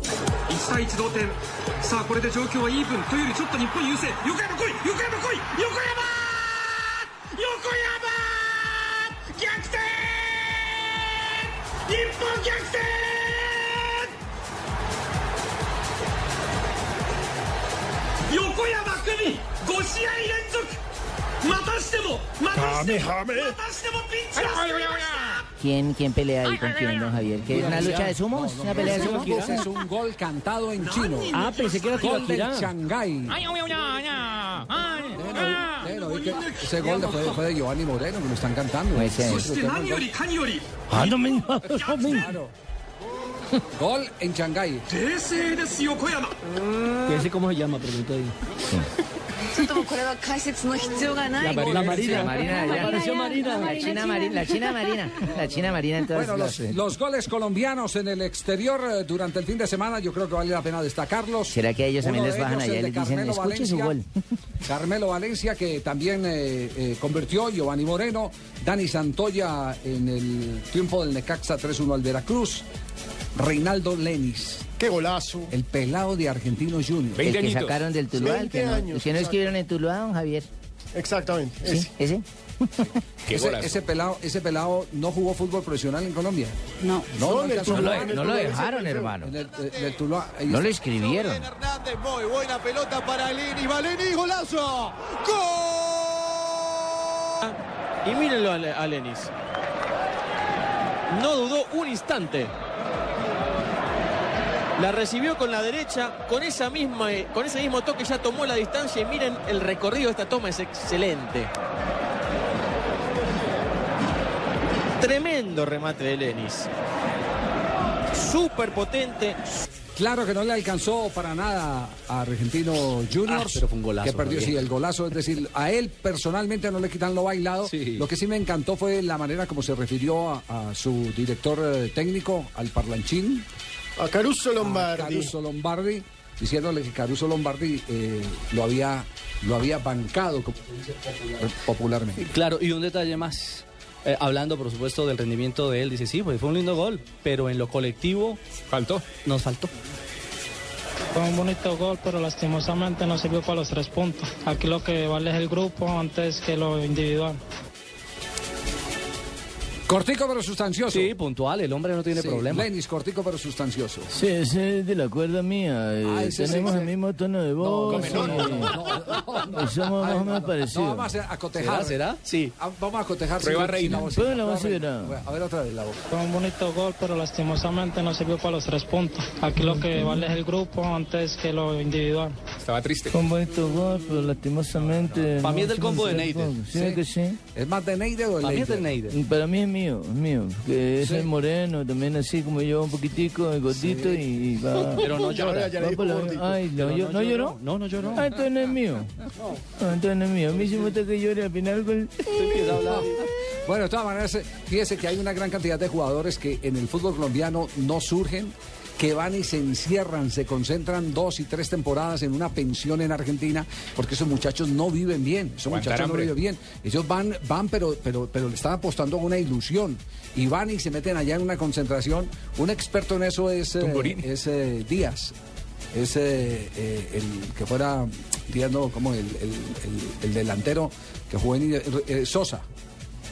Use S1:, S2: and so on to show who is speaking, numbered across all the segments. S1: 1対1同点さあこれで状況はイーブンというよりちょっと日本優勢横山来い横山来い横山横山逆転日本逆転横山組5試合連続またしてもまたしても
S2: はめはめ
S1: またしてもピンチが救いました
S3: ¿Quién, quién pelea ahí con quién, don Javier? ¿Qué, ¿Una lucha de sumos? ¿Una pelea de sumos?
S4: Es un gol cantado en chino.
S3: Ah, pensé que era
S4: Gol del
S3: Tibaquirá.
S4: Shanghái. Ustedes lo oí que Ese gol de- fue, fue de Giovanni Moreno, que lo están cantando.
S3: Pues, eh.
S1: そして何よりかにより
S2: ¡Ah, no me no me-
S4: Claro. Gol en Shanghái.
S1: 冷静です横山
S2: ¿Ese cómo se llama? Pregunto ahí.
S5: ちょっともうこれは解説の必要がない。
S2: La Marina.
S3: La Marina, ya.
S2: Apareció Marina.
S3: La China Marina, la China Marina. La China Marina, entonces.
S4: Bueno, los,
S3: los-
S4: los goles colombianos en el exterior eh, durante el fin de semana, yo creo que vale la pena destacarlos.
S3: ¿Será que a ellos también
S4: Uno
S3: les
S4: de
S3: bajan
S4: ellos,
S3: allá y
S4: el de
S3: les dicen,
S4: Carmelo
S3: "Escuche su
S4: Valencia". Carmelo Valencia, que también eh, eh, convirtió, Giovanni Moreno, Dani Santoya en el triunfo del Necaxa 3-1 al Veracruz, Reinaldo Lenis,
S6: Qué golazo.
S4: el pelado de Argentinos Junior.
S3: El que
S6: añitos.
S3: sacaron del Tuluá, el que
S6: 20
S3: no,
S6: años,
S3: el que no
S6: exacto.
S3: escribieron en Tuluá, don Javier.
S6: Exactamente.
S3: ¿Sí?
S6: ese.
S3: ¿Ese?
S4: Ese, ese pelado, ese pelado no jugó fútbol profesional en Colombia.
S5: No.
S4: No,
S6: Solo en el
S4: alcanzó a
S6: Tuluá,
S4: jugar.
S6: en el Tuluá.
S3: dejaron, hermano.
S4: En el- eh, en el Tuluá, ahí
S3: No
S4: está.
S3: lo escribieron.
S7: Hernández, muy buena pelota para Lenis. Valenis, golazo. ¡Gol! Y mírenlo a, Le- a Lenis. No dudó un instante. La recibió con la derecha, con, esa misma, eh, con ese mismo toque ya tomó la distancia y miren el recorrido de esta toma, es excelente. Tremendo remate de Lenis. Súper potente,
S4: Claro que no le alcanzó para nada a Argentino Junior,
S2: Ah, pero fue un golazo,
S4: que perdió
S2: Javier.
S4: sí el golazo, es decir, a él personalmente no le quitan lo bailado.
S2: Sí.
S4: Lo que sí me encantó fue la manera como se refirió a, a su director eh, técnico, al parlanchín,
S6: A Ah, Caruso
S4: a
S6: Lombardi.
S4: Caruso Lombardi, diciéndole que Caruso Lombardi eh, lo había lo había bancado, como se dice popular- popularmente.
S2: Claro, y un detalle más. Eh, hablando, por supuesto, del rendimiento de él, dice, sí, pues fue un lindo gol, pero en lo colectivo... Faltó. Nos faltó.
S8: Fue un bonito gol, pero lastimosamente no sirvió para los tres puntos. Aquí lo que vale es el grupo antes que lo individual.
S4: Cortico pero sustancioso.
S2: Sí, puntual, el hombre no tiene
S4: Sí,
S2: problema.
S4: Lenis, cortico pero sustancioso.
S3: Sí, ese es de la cuerda mía. eh,
S4: Ah, ese,
S3: tenemos
S4: ese,
S3: el
S4: ese.
S3: mismo tono de
S4: No,
S3: voz.
S4: no, no,
S3: eh,
S4: no, no, no.
S3: Somos más o menos
S4: Ay,
S3: parecidos.
S4: No, vamos a cotejar.
S2: ¿Será, será? Sí.
S4: Ah, Vamos a cotejar.
S2: Prueba
S4: sin- sin
S2: reina.
S4: la bocina.
S3: Prueba la
S4: Prueba
S3: bocina.
S4: reina. Bueno, A ver otra vez la boca.
S8: Fue un bonito gol, pero lastimosamente no sirvió para los tres puntos. Aquí lo que vale es el grupo antes que lo individual.
S4: Estaba triste.
S3: Con estos gol, pero lastimosamente.
S2: Pa' mí es del
S3: no,
S2: combo de
S3: sí,
S2: Neider.
S3: tampoco. ¿Sí, que sí?
S4: ¿Es más de Neide o de
S2: Para mí es
S4: Leite?
S2: del Neider.
S3: Para mí es mío, es mío. Que
S4: Sí.
S3: es moreno, también así como yo, un poquitico, el gordito y, y va.
S2: Pero no llora.
S6: Ahora ya le
S3: va
S6: dijo
S3: por la-
S6: gordito.
S3: Ay, no, yo- ¿no lloró?
S2: No, no lloró.
S3: Ah, entonces no es mío. Ah, entonces no es mío. A mí sí me gusta que llore al final con.
S4: Bueno, de todas maneras, eh, fíjese que hay una gran cantidad de jugadores que en el fútbol colombiano no surgen, que van y se encierran, se concentran dos y tres temporadas en una pensión en Argentina, porque esos muchachos no viven bien, esos muchachos no viven bien. Ellos van, van, pero, pero, pero le están apostando a una ilusión. Y van y se meten allá en una concentración. Un experto en eso es, eh, es eh, Díaz. Es eh, eh, el que fuera, Díaz no, como el, el- el- el delantero que jugó en eh, Sosa.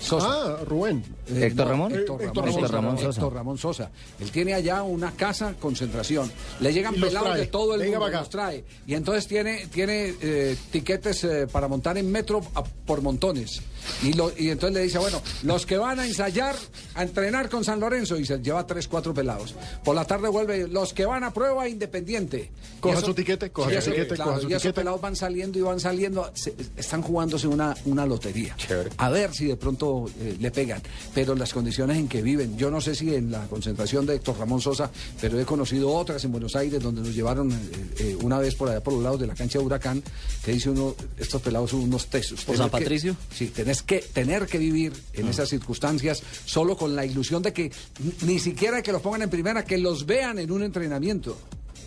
S4: Sosa.
S6: Ah, Rubén.
S4: Eh,
S3: ¿Héctor
S4: no,
S3: Ramón?
S4: Héctor
S6: Eh,
S4: Ramón,
S6: Héctor
S4: Sosa,
S3: Ramón Sosa.
S4: Héctor Ramón Sosa. Él tiene allá una casa concentración. Le llegan
S6: Y los
S4: pelados
S6: trae.
S4: de todo el
S6: Venga
S4: mundo,
S6: para acá.
S4: los trae. Y entonces tiene, tiene eh, tiquetes eh, para montar en metro a- por montones. Y, lo- y entonces le dice, bueno, los que van a ensayar, a entrenar con San Lorenzo, y se lleva tres, cuatro pelados. Por la tarde vuelve, los que van a prueba independiente.
S6: Coja
S4: Y eso-
S6: su tiquete, coja
S4: y
S6: su
S4: eso-
S6: tiquete,
S4: claro,
S6: coja su
S4: y esos
S6: tiquete.
S4: pelados van saliendo y van saliendo, se- están jugándose una, una lotería. A ver si de pronto eh, le pegan. Pero las condiciones en que viven, yo no sé si en la concentración de Héctor Ramón Sosa, pero he conocido otras en Buenos Aires donde nos llevaron eh, eh, una vez por allá por los lados de la cancha de Huracán, que dice uno, estos pelados son unos tesos.
S2: ¿Por
S4: Tener
S2: San
S4: que-
S2: Patricio? Ah.
S4: sí, tenés que, tener que vivir en esas circunstancias solo con la ilusión de que ni- ni siquiera que los pongan en primera, que los vean en un entrenamiento.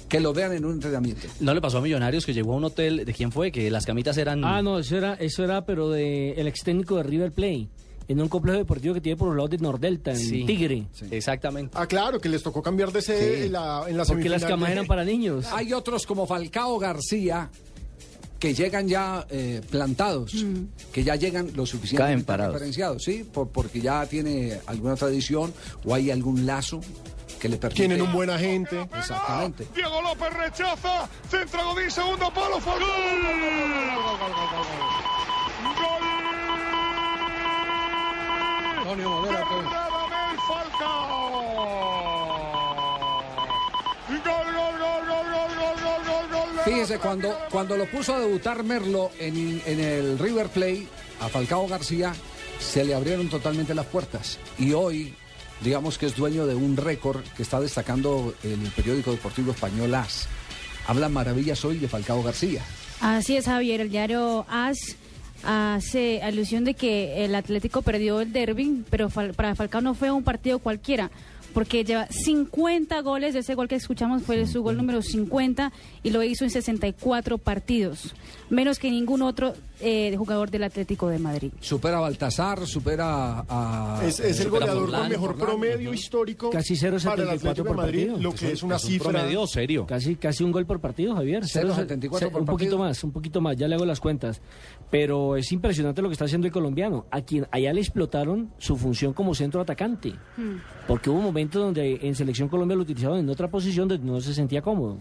S4: Que los vean en un entrenamiento.
S2: ¿No le pasó a Millonarios que llegó a un hotel? ¿De quién fue? Que las camitas eran.
S9: Ah, no, eso era, eso era pero de el ex técnico de River Plate, en un complejo deportivo que tiene por los lados de Nordelta, en
S2: Sí.
S9: Tigre.
S2: Exactamente.
S6: Ah, claro, que les tocó cambiar de sede en la, en la
S9: Porque las
S6: semifinal
S9: camas
S6: de-
S9: eran para niños.
S4: Hay otros como Falcao García que llegan ya eh, plantados, que ya llegan lo
S3: Caen
S4: suficientemente
S3: parados.
S4: referenciados, ¿sí? Por- porque ya tiene alguna tradición o hay algún lazo que le permite.
S6: Tienen un buen agente.
S4: Exactamente.
S10: Diego López rechaza, centro Godín, segundo palo, fue gol. Gol de Radamel Falcao. Gol, gol, gol, gol, gol, gol, gol, gol, gol. de
S4: Fíjese, cuando, cuando lo puso a debutar Merlo en, en el River Play a Falcao García, se le abrieron totalmente las puertas. Y hoy, digamos que es dueño de un récord que está destacando el periódico deportivo español AS. Habla maravillas hoy de Falcao García.
S11: Así es, Javier. El diario AS hace alusión de que el Atlético perdió el derby, pero Fal- para Falcao no fue un partido cualquiera. Porque lleva 50 goles, ese gol que escuchamos fue su gol número 50 y lo hizo en 64 partidos, menos que ningún otro eh, jugador del Atlético de Madrid.
S4: Supera a Baltasar, supera a.
S6: Es, es el
S4: supera a
S6: goleador con
S4: Forlán.
S6: mejor promedio histórico para el Atlético de Madrid, lo que es una cifra.
S2: serio.
S9: Casi, casi un gol por partido, Javier.
S4: 0,74
S9: Cero-
S4: por
S9: Un
S4: partido.
S9: poquito más, un poquito más, ya le hago las cuentas. Pero es impresionante lo que está haciendo el colombiano, a quien allá le explotaron su función como centro atacante. Porque hubo momentos donde en Selección Colombia lo utilizaban en otra posición donde no se sentía cómodo.